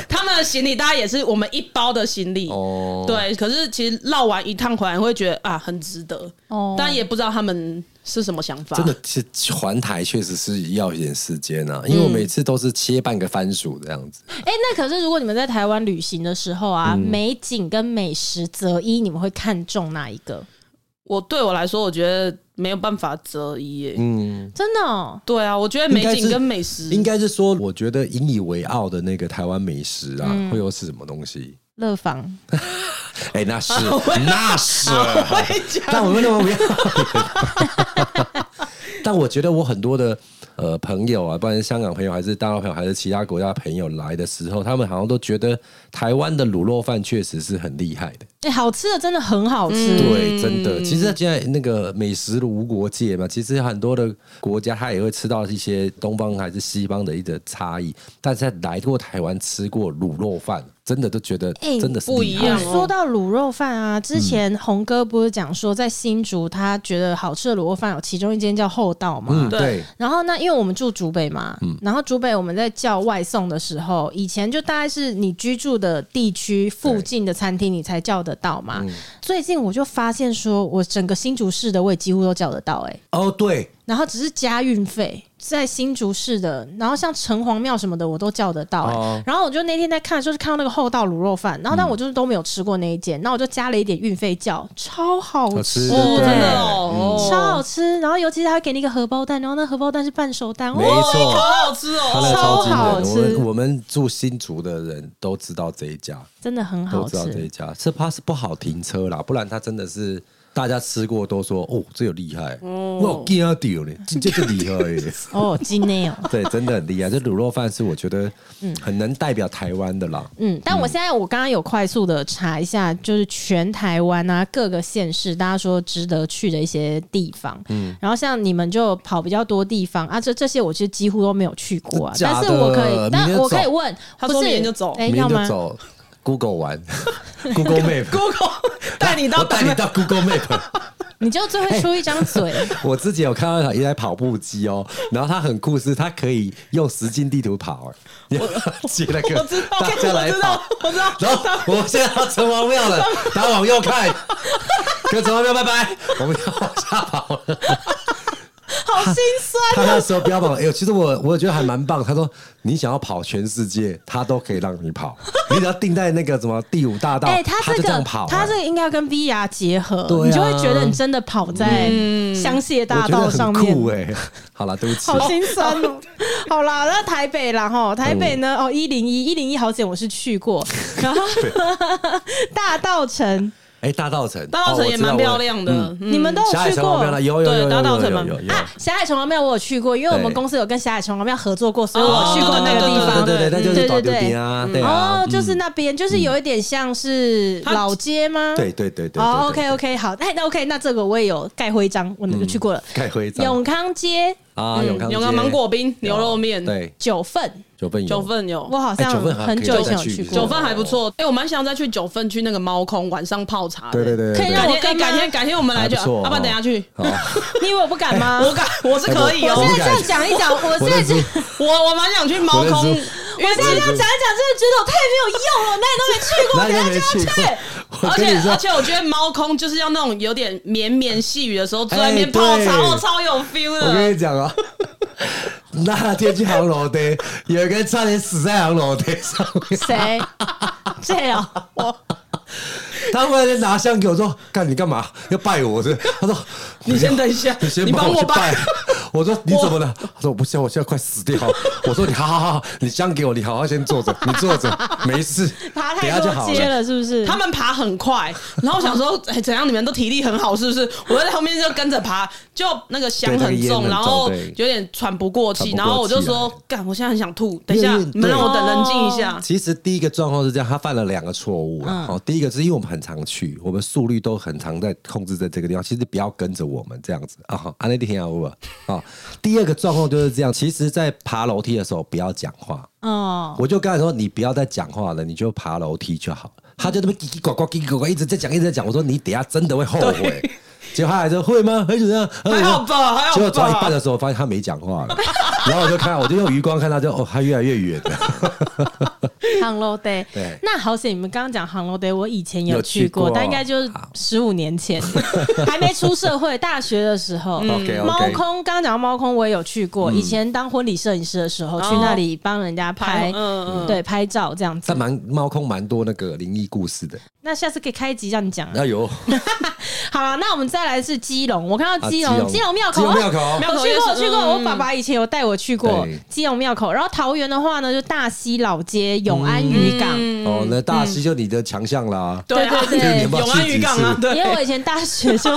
S2: 他们的行李大概也是我们一包的行李。
S3: 哦，
S2: 对，可是其实绕完一趟回来，会觉得啊，很值得。
S1: 哦
S2: 但也不知道他们是什么想法。
S3: 真的，其实环台确实是要一点时间
S1: 嗯
S3: 啊，因为我每次都是切半个番薯这样子，
S1: 哎、那可是如果你们在台湾旅行的时候
S2: 嗯
S1: 啊，美景跟美食择一，你们会看中哪一个？
S2: 我对我来说，我觉得没有办法择一耶。
S3: 嗯，
S1: 真的、哦，
S2: 对啊，我觉得
S3: 应
S2: 美
S3: 该是
S2: 景跟美食
S3: 应该是说，我觉得引以为傲的那个台湾美食啊，
S1: 嗯
S3: 会有是什么东西？
S1: 乐坊
S3: 哎、那是那是，
S2: 会讲
S3: 但我们那么不 要。但我觉得我很多的呃朋友啊，不管是香港朋友还是大陆朋友还是其他国家的朋友来的时候，他们好像都觉得台湾的卤肉饭确实是很厉害的。
S1: 哎、好吃的真的很好
S2: 嗯
S1: 吃。
S3: 对，真的。其实现在那个美食无国界嘛，其实很多的国家它也会吃到一些东方还是西方的一个差异，但是来过台湾吃过卤肉饭，真的都觉得
S1: 哎
S3: 真的是
S2: 不
S3: 厉
S2: 一
S3: 害
S2: 样啊
S1: 哦说到卤肉饭啊，之前红哥不是讲说在新竹，他觉得好吃的卤肉饭有其中一间叫厚道嘛。
S3: 嗯，
S2: 对
S3: 对，
S1: 然后那因为我们住竹北嘛，然后竹北我们在叫外送的时候，以前就大概是你居住的地区附近的餐厅你才叫得到嘛。最近我就发现说，我整个新竹市的我也几乎都叫得到哎、
S3: 哦对，
S1: 然后只是加运费，在新竹市的，然后像城隍庙什么的我都叫得到、欸
S3: 哦
S1: 然后我就那天在看，就是看到那个厚道卤肉饭，然后但我就是都没有吃过那一间，那、我就加了一点运费叫，超好
S3: 好
S1: 吃
S3: 吃，
S2: 哦，
S3: 对
S2: 真的哦，
S3: 嗯
S1: 超好
S2: 哦
S1: 吃。然后尤其是他会给你一个荷包蛋，然后那荷包蛋是半熟蛋，
S3: 没
S1: 哦，
S2: 好
S3: 错。
S2: 好吃哦。
S3: 他那个超惊
S1: 超好
S3: 人的，
S1: 吃
S3: 我们我们住新竹的人都知道这一家，
S1: 真的很
S3: 都
S1: 好
S3: 知道这
S1: 吃。
S3: 一家。是怕是不好停车啦，不然他真的是大家吃过都说哦，这有厉害，我有惊到呢，这这厉害耶。
S1: 哦，今天哦，
S3: 对，真的很厉害。这卤肉饭是我觉得很能代表台湾的啦。
S1: 嗯，但我现在我刚刚有快速的查一下，就是全台湾啊各个县市，大家说值得去的一些地方。嗯，然后像你们就跑比较多地方啊，这这些我其实几乎都没有去过啊，
S3: 真
S1: 但
S3: 假的
S1: 是我可以，
S3: 明
S1: 但
S3: 天
S1: 我可以
S3: 走
S1: 问，
S2: 他
S1: 不
S2: 说
S1: 是
S2: 明天就走
S1: 哎，
S3: 明
S1: 要
S3: 天
S1: 吗
S3: 就？走 Google 玩，Google Map，
S2: Google 带你到
S3: 我带你到 Google Map。
S1: 你就最会出一张 嘴，
S3: 我自己有看到一台跑步机哦，然后它很酷，是它可以用实境地图跑，哎， 接那个
S2: 我知道，
S3: 大家来
S2: 我知道
S3: 跑。，
S2: 我知道。
S3: 然后我们现在到城隍庙了，大家往右看，跟城隍庙拜拜，我们要往下跑了。
S1: 好心酸。
S2: 啊
S3: 他那时候标榜，哎、呦，其实我我觉得还蛮棒。他说你想要跑全世界，他都可以让你跑，你只要定在那个什么第五大道，
S1: 哎，他
S3: 就
S1: 这
S3: 这
S1: 个
S3: 样跑、
S1: 他
S3: 哎
S1: 这个应该要跟 VR 结合，
S3: 对啊
S1: 你就会觉得你真的跑在
S2: 嗯
S1: 香榭大道
S3: 我觉得
S1: 上
S3: 很
S1: 面
S3: 酷。哎、好了，对不起，
S1: 好心酸哦。好啦，那台北啦哈，台北呢？
S3: 嗯
S1: 哦，一零一一零一好险，我是去过。然后大道城
S3: 哎，大道城，
S2: 大稻
S3: 哦
S2: 城
S3: 我
S2: 也
S3: 知道
S2: 蛮
S3: 我
S2: 漂亮的，嗯
S1: 你们都有
S3: 霞海
S1: 哦去
S3: 城隍
S1: 过
S3: 庙那有有有
S2: 对
S3: 有
S2: 大稻
S3: 有
S2: 城
S3: 有
S2: 蛮
S3: 有有
S1: 啊？霞海城隍庙我有去过，因为我们
S3: 对
S1: 公司有跟霞海城隍庙合作过，所以
S2: 哦
S1: 我去过那个
S2: 对
S1: 地
S2: 对
S1: 方。嗯
S3: 对对对，那就是
S1: 对
S3: 保
S1: 对
S3: 丢
S1: 对
S3: 丁啊，对啊
S1: 哦，，就是那边，就是有一点像是
S3: 嗯
S2: 它
S1: 老街吗？
S3: 对对对对对
S1: 哦
S3: 对
S1: ，OK OK，好，哎，那 OK，那这个我也有盖徽章，我那个去过了。
S3: 嗯盖徽章
S1: 永康街
S3: 啊，永康
S2: 有个
S3: 街
S2: 嗯芒果冰、牛肉面，，
S3: 对，
S1: 九份，
S3: 九份有
S2: 九份有，
S1: 我好像
S3: 哎九份还
S1: 很久以前有
S3: 可以再去
S1: 去
S3: 一次
S1: 过
S2: 九。 份还不错。哎，我蛮想再去九份去那个猫空晚上泡茶的。
S3: 对对对，对
S1: 可以
S3: 对
S1: 让
S2: 改
S1: 我
S2: 天哎
S1: 跟吗啊
S2: 改天改天我们来就，
S3: 还不错
S2: 要不然
S3: 哦
S2: 等一下去。
S3: 好，
S1: 你以为我不敢吗？
S2: 我敢，我是可以
S3: 哎
S2: 哦。
S1: 我
S3: 我
S1: 现在这样讲一讲，我
S3: 我
S1: 现在
S3: 认
S1: 这
S3: 输，
S1: 样
S2: 我我蛮想去猫空，
S3: 我
S2: 因
S3: 认
S1: 现在
S2: 为
S3: 输
S1: 这样讲一讲，真的
S2: 这
S1: 觉得我太没有用了，那里都没去过，
S3: 哪里都没
S1: 等一 下就
S3: 去
S1: 要去。
S3: 过，我
S2: 而
S3: 跟
S2: 且
S3: 你说
S2: 而，且我觉得猫空就是要那种有点绵绵细雨的时候坐在那边
S3: 哎
S2: 泡
S3: 对
S2: 茶，我超有 feel
S3: 我
S2: 的。
S3: 跟你讲啊，那天去航楼的，有一个人差点死在航楼的上面，
S1: 谁？这哦样
S3: 他忽然间拿香给我说：“干你干嘛？要拜我？”是他说：“
S2: 你先等一下
S3: 你 先
S2: 你
S3: 帮
S2: 帮我
S3: 去拜
S2: 拜。”
S3: 我说：“你怎么了？”他说：“我不行，我现在快死掉。”我说：“你好好好好，你香给我，你好好先坐着，你坐着没事，
S1: 爬
S3: 等一
S1: 太
S3: 下就
S1: 多
S3: 好
S1: 街
S3: 了。
S1: 了，是不是？
S2: 他们爬很快，然后我想说，哎，怎样你们都体力很好是不是？我在后面就跟着爬，就那个香
S3: 对那个
S2: 很
S3: 烟
S2: 重，
S3: 很
S2: 然后
S3: 重对
S2: 有点喘不过气，
S3: 喘不过气
S2: 然后我就说
S3: 来，
S2: 干，我现在很想吐，等一下
S3: 因为
S2: 你们让我等
S1: 对
S2: 冷静一下”。
S3: 其实第一个状况是这样，他犯了两个错误啦。哦，第一个是因为我们很常去，我们速率都很常在控制在这个地方，其实不要跟着我们这样子啊。哈，安内听好不？啊，第二个状况就是这样，其实，在爬楼梯的时候不要讲话。
S1: 哦，
S3: 我就跟他说，你不要再讲话了，你就爬楼梯就好了。他就那么叽叽呱呱、叽叽呱呱一直在讲，一直在讲。我说你等一下真的会后悔。结果他还说会吗？还是怎样？
S2: 还好吧还好吧
S3: 结果抓一半的时候，我发现他没讲话 了。然后我就看，我就用余光看他就，哦，他越来越远了。
S1: 航楼 day
S3: 对。
S1: 那好险，你们刚刚讲航楼 day，我以前有
S3: 有去
S1: 去过，
S3: 过
S1: 但应该就是
S3: 好
S1: 十五年前，还没出社会，大学的时候。
S3: OK
S1: 猫
S3: OK，
S1: 空，刚刚讲到猫空，我也有去过。以前当婚礼摄影师的时候，去那里帮人家拍，
S2: 嗯嗯，
S1: 对，拍照这样子
S3: 但。蛮猫空蛮多那个灵异故事的。哎
S1: 那下次可以开一集让你讲啊。
S3: 那有
S1: 好了，那我们再来是基隆，我看到
S3: 啊
S1: 基隆，基隆庙口，
S3: 基隆
S1: 啊
S3: 庙口
S2: 庙口
S1: 我去
S2: 也
S1: 过，
S2: 是
S1: 我去过，
S2: 嗯
S1: 我爸爸以前有带我去过
S3: 对
S1: 基隆庙口。然后桃园的话呢，就大溪老街、永安渔港。
S3: 哦，那大西就你的强项啦。
S1: 嗯
S2: 对啊
S1: 对对对
S2: 永安渔港啊，对
S1: 因，为我以前大学就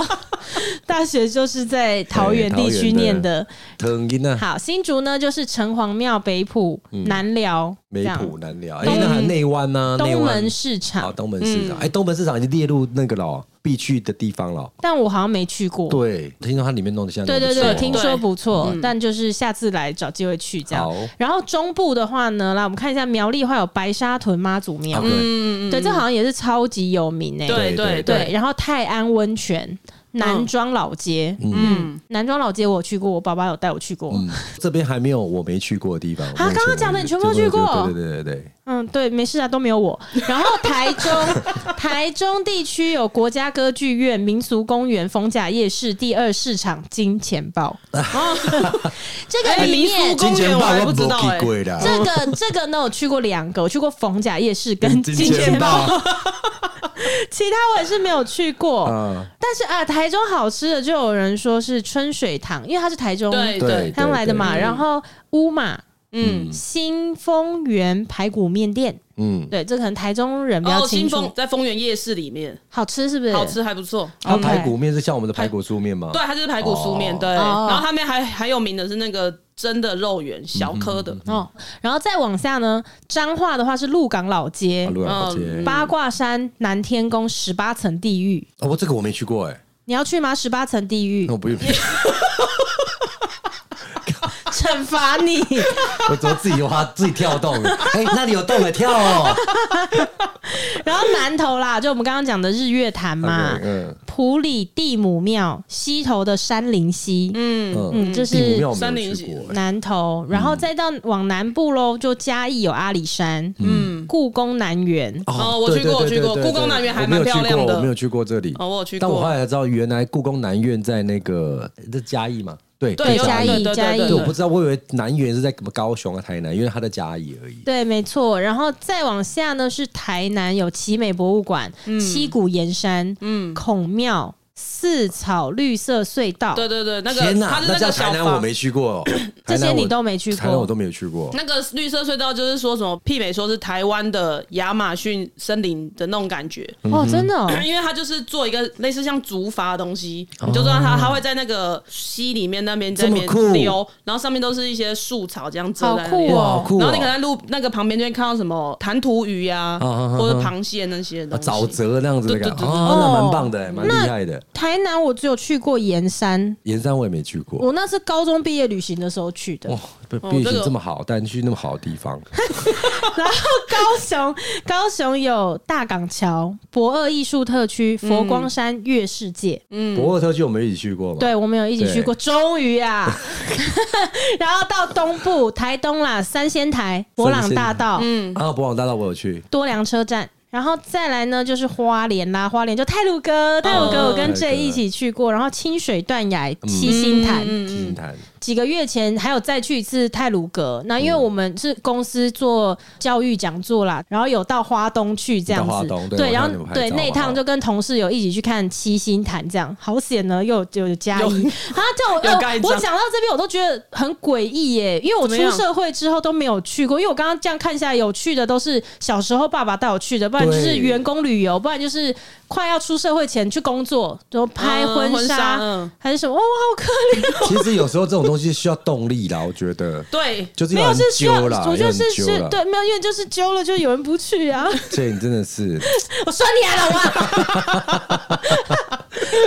S1: 大学就是在桃园地区念的。
S3: 藤音啊，
S1: 好，新竹呢就是城隍庙、北埔、南寮、这
S3: 梅
S1: 样
S3: 嗯浦难聊。哎，
S1: 东
S3: 那还内湾呢？内
S1: 东
S3: 湾
S1: 门市
S3: 好，
S1: 场，嗯
S3: 东门市场，哎、东门市场已经列入那个了哦必去的地方了哦。
S1: 但我好像没去过。
S3: 对，听说它里面弄得像
S1: 对对对，听
S2: 对嗯
S1: 说不错，但就是下次来找机会去这样
S3: 好。
S1: 然后中部的话呢，来我们看一下苗栗的话有白沙屯妈祖庙，
S3: 啊对，
S1: 对，这好像也是超级有名诶、欸
S2: 嗯对
S3: 对
S2: 对嗯
S1: 对然后泰安温泉、南庄老街，嗯，南庄老街我有去过，我爸爸有带我去过。
S3: 嗯，这边还没有我没去过的地方。
S1: 刚刚讲的你全部都去过
S3: 对对对对对，
S1: 嗯，对，没事啊，都没有我。 然后台 中，台中地区有国家歌剧院、民俗公园、逢甲夜市、第二市场、金钱豹。 哦这个
S2: 哎
S1: 里
S2: 民
S1: 面
S2: 俗公园我还不知道哎、
S3: 贵的
S1: 这个这个呢，我去过两个，我去过逢甲夜市跟哎金钱豹，
S3: 豹
S1: 其他我也是没有去过。
S3: 啊，
S1: 但是啊，台中好吃的就有人说是春水堂，因为它是台中
S2: 对
S3: 对，
S1: 台中来的嘛。
S3: 对，
S1: 然后乌马
S2: 嗯，
S1: 新丰源排骨面店，
S3: 嗯，
S1: 对，这可能台中人比
S2: 然
S1: 较
S2: 后
S1: 清
S2: 哦新
S1: 楚
S2: 丰。在丰原夜市里面，
S1: 好吃是不是？
S2: 好。吃还不错。
S1: 嗯
S3: 它啊排骨面是像我们的排骨酥面吗？
S2: 对，它就是排骨酥面，对。
S1: 哦
S2: 然后他们还还有名的是那个真的肉圆，小颗的，
S1: 哦，然后再往下呢，彰化的话是鹿港老街
S3: 啊，、鹿港好街
S2: 嗯。
S1: 八卦山、南天宫、十八层地狱。
S3: 哦，这个我没去过哎，
S1: 你要去吗？十八层地狱
S3: 那我不用，
S1: 惩罚你。
S3: 我怎么自己挖自己跳洞？哎，那里有洞哎，跳哦。
S1: 然后南投啦，就我们刚刚讲的日月潭嘛
S3: OK，，嗯
S1: 普里地母庙、西头的山林溪，
S3: 嗯，
S1: 嗯，这
S3: 地母
S1: 是
S3: 庙
S2: 山
S3: 没有
S2: 林
S3: 去
S2: 溪
S3: 过哎。
S1: 南投，然后再到往南部喽，就嘉义有阿里山，嗯，故宫南园。
S2: 哦我去过
S3: 对对对
S2: 我去过
S3: 对对
S2: 故宫南院还
S3: 我没有
S2: 蛮漂亮的
S3: 去过我没有去过这里。
S2: 哦我有去过
S3: 但我后来才知道，原来故宫南院在那个这嘉义嘛，对
S2: 对，有
S1: 嘉义
S2: 对对
S1: 嘉义
S2: 对
S3: 对，我
S2: 对
S3: 不知道，我以为南园是在高雄啊、台南，因为它在嘉义而已。
S1: 对，没错。然后再往下呢，是台南有奇美博物馆、七股岩山、嗯、孔庙、四草绿色隧道，
S2: 对对对，那个
S3: 天
S2: 它
S3: 哪，
S2: 是
S3: 那
S2: 那
S3: 这
S2: 个
S3: 样台
S2: 小
S3: 南我
S2: 房。
S3: 没 去过，
S1: 这
S3: 台南
S1: 些
S3: 我
S1: 你都没去
S3: 台南我
S1: 过
S3: 都。没有去过。
S2: 那个绿色隧道就是说什么媲美说是台湾的亚马逊森林的那种感觉，
S3: 嗯
S1: 哦，真的哦，
S3: 啊
S2: 因为它就是做一个类似像竹筏的东西，你就知道它它会在那个溪里面那边在那边
S3: 哦这么酷
S2: 溜，然后上面都是一些树草这样遮在那
S1: 好
S2: 边
S1: 酷
S3: 哇，
S1: 哦
S3: 好酷
S2: 然
S3: 哦
S2: 后你可！能在路那个旁边就会看到什么弹涂鱼呀、
S3: 啊啊啊啊
S2: 或者螃蟹那些
S3: 啊
S2: 东西。
S3: 沼泽那样子的感
S2: 对对
S3: 觉，
S2: 对对
S3: 啊，那
S1: 哦
S3: 蛮棒的，蛮厉害的。
S1: 台南我只有去过盐山，
S3: 盐山我也没去过。
S1: 我那是高中毕业旅行的时候去的。
S3: 哇，不，
S2: 哦
S3: 毕
S2: 这
S3: 竟
S2: 个
S3: 这么好，带你去那么好的 地方，
S1: 然后高雄，高雄有大港桥、博二艺术特区、佛光山月世界，
S3: 博尔特区我们一起去过嘛？
S1: 嗯对我们有一起去过，终于啊！ 然后到东部，台东啦，三仙台、博朗大道、
S3: 嗯，啊，博朗大道我有去，
S1: 多良车站。然后再来呢，就是花莲啦，花莲就泰鲁哥，哦泰鲁嗯哥我跟 J 一起去过，然后清水断崖、七星潭，
S3: 金潭
S1: 几个月前还有再去一次泰鲁阁，那因为我们是公司做教育讲座啦，然后有到花东去这样
S3: 到花
S1: 子
S3: 东，对
S1: 对，
S3: 我
S1: 然
S3: 看你
S1: 后
S3: 们拍
S1: 对
S3: 照
S1: 那一
S3: 好
S1: 趟就跟同事有一起去看七星潭，这样好险呢，又有有加
S2: 有
S1: 一啊，叫我
S2: 有
S1: 我
S2: 盖章
S1: 我讲到这边我都觉得很诡异耶，因为我
S2: 怎么
S1: 出
S2: 样
S1: 社会之后都没有去过，因为我刚刚这样看下来，有去的都是小时候爸爸带我去的，不然就是
S3: 对
S1: 员工旅游，不然就是快要出社会前去工作，然后拍
S2: 嗯
S1: 婚
S2: 婚纱
S1: 纱
S2: 嗯
S1: 还是什么，哦，我好可怜。
S3: 其实有时候这种东西需要动力啦，我觉得
S2: 对，
S3: 就是
S1: 没
S3: 要
S1: 有
S3: 很
S1: 是需要，
S3: 揪啦，
S1: 我觉
S3: 要
S1: 得
S3: 很
S1: 是
S3: 揪
S1: 是
S3: 啦，
S1: 对，没有，因为就是揪了，就有人不去啊。
S3: 所以你真的是
S1: 我说你啊，老王。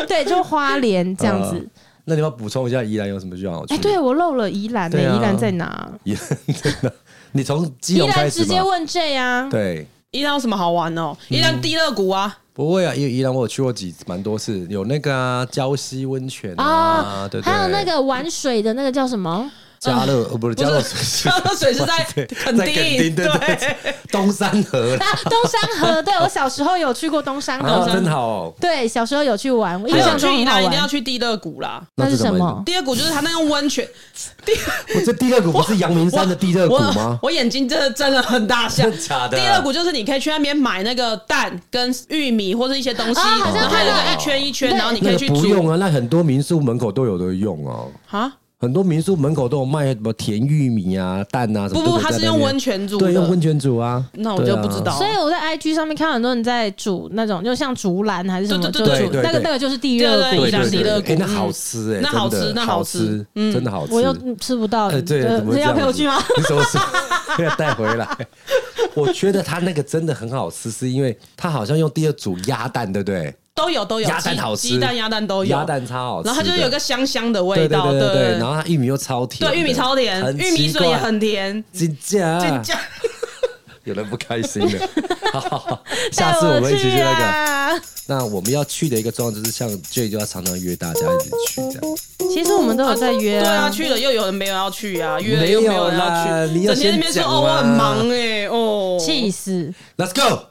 S1: 对，就花莲这样子
S3: 呃。那你要补充一下宜兰有什么地方好去？
S1: 哎、对我漏了宜兰呢、
S3: 对啊
S1: 宜兰在哪？
S3: 宜兰真的，你从基
S1: 宜
S3: 隆
S1: 兰
S3: 开
S1: 直
S3: 始
S1: 接
S3: 吗？
S1: 问 J 啊。
S3: 对，
S2: 伊朗有什么好玩哦？伊
S3: 嗯
S2: 朗地热谷啊，
S3: 不会啊，宜宜兰我有去过几蛮多次，有那个啊礁溪温泉啊，
S1: 啊
S3: 对，对，
S1: 还有那个玩水的那个叫什么？
S3: 加乐呃不是
S2: 不
S3: 加乐水
S2: 是，
S3: 是
S2: 那水是在
S3: 对
S2: 垦
S3: 在垦丁
S2: 丁，
S3: 对
S2: 对，
S3: 对，东山河啦
S1: 啊，东山河。对我小时候有去过东山河。
S3: 啊，真好哦。
S1: 对，小时候有去玩，我印
S2: 还
S1: 象
S2: 有去
S1: 中
S2: 宜
S1: 很好
S2: 兰一定要
S1: 玩。
S2: 去地热谷啦。
S1: 那是
S3: 这怎
S1: 什么？
S2: 地热谷就是它那用温 泉，
S3: 我这第二股不是阳明山的第二股
S2: 我
S3: 吗？
S2: 我眼睛真的真的很大下
S3: 真。的假的？
S2: 第二股就是你可以去那边买那个蛋跟玉米或者一些东西，
S1: 啊好像
S2: 然后它
S1: 看
S2: 有个
S1: 到
S2: 一圈一圈，
S1: 对
S2: 然后你可
S3: 那
S2: 以
S3: 个
S2: 去
S3: 不用
S2: 煮
S3: 啊，那很多民宿门口都有的用哦。
S2: 啊。
S3: 很多民宿门口都有卖什么甜玉米啊、蛋啊什么。
S2: 不不，它是用温，泉煮的，
S3: 对，用温泉煮啊。
S2: 那我就不知道
S1: 所以我在 IG 上面看到很多人在煮那种，就像竹篮还是什么，
S2: 对
S1: 就
S2: 对对
S1: 煮
S3: 对对
S1: 那个
S3: 对
S1: 那个就是地热
S2: 对
S1: 谷
S3: 对
S2: 宜
S1: 这样
S2: 兰
S3: 对
S1: 子
S2: 地
S3: 对
S2: 热
S3: 对，
S2: 谷
S3: 哎，
S2: 嗯
S3: 那好吃哎，
S2: 那好
S3: 真的
S2: 吃那
S3: 好
S2: 好吃
S3: 吃，真的好吃。
S1: 我又嗯吃不到，
S3: 哎，对，
S1: 呃
S3: 怎么会
S1: 这
S3: 这
S1: 要
S3: 样
S1: 陪我
S3: 子
S1: 去吗？？
S3: 你什么时候要带回来？ 我觉得它那个真的很好吃，是因为它好像用第二组鸭蛋，对不对？
S2: 都有都有，
S3: 鸭蛋
S2: 鸡
S3: 好吃
S2: 鸡蛋鸭蛋都有，
S3: 鸭蛋超好吃的。
S2: 然后它就是有一个香香的味
S3: 对对
S2: 道，
S3: 对对
S2: 对
S3: 对，然后它玉米又超甜的，
S2: 对玉米超甜，
S3: 很
S2: 玉米
S3: 奇
S2: 水也
S3: 怪啊
S2: 很甜，
S3: 真假，
S2: 真假
S3: 有人不开心 了。好好好下次我们一起去啊那 个。
S1: 个。
S3: 那我们要去的一个状况就是，像 J 就要常常约大家一起去这样。
S1: 其实我们都有在约
S2: 对啊，
S1: 啊，
S2: 去了又有人没有要去啊，约了
S3: 没
S2: 又没
S3: 有
S2: 人
S3: 啦
S2: 要去，
S3: 你要
S2: 整天在那边
S3: 先
S2: 说
S3: 讲
S2: 哦我很
S3: 啊
S2: 忙哎，哦，
S1: 气死！
S3: Let's go。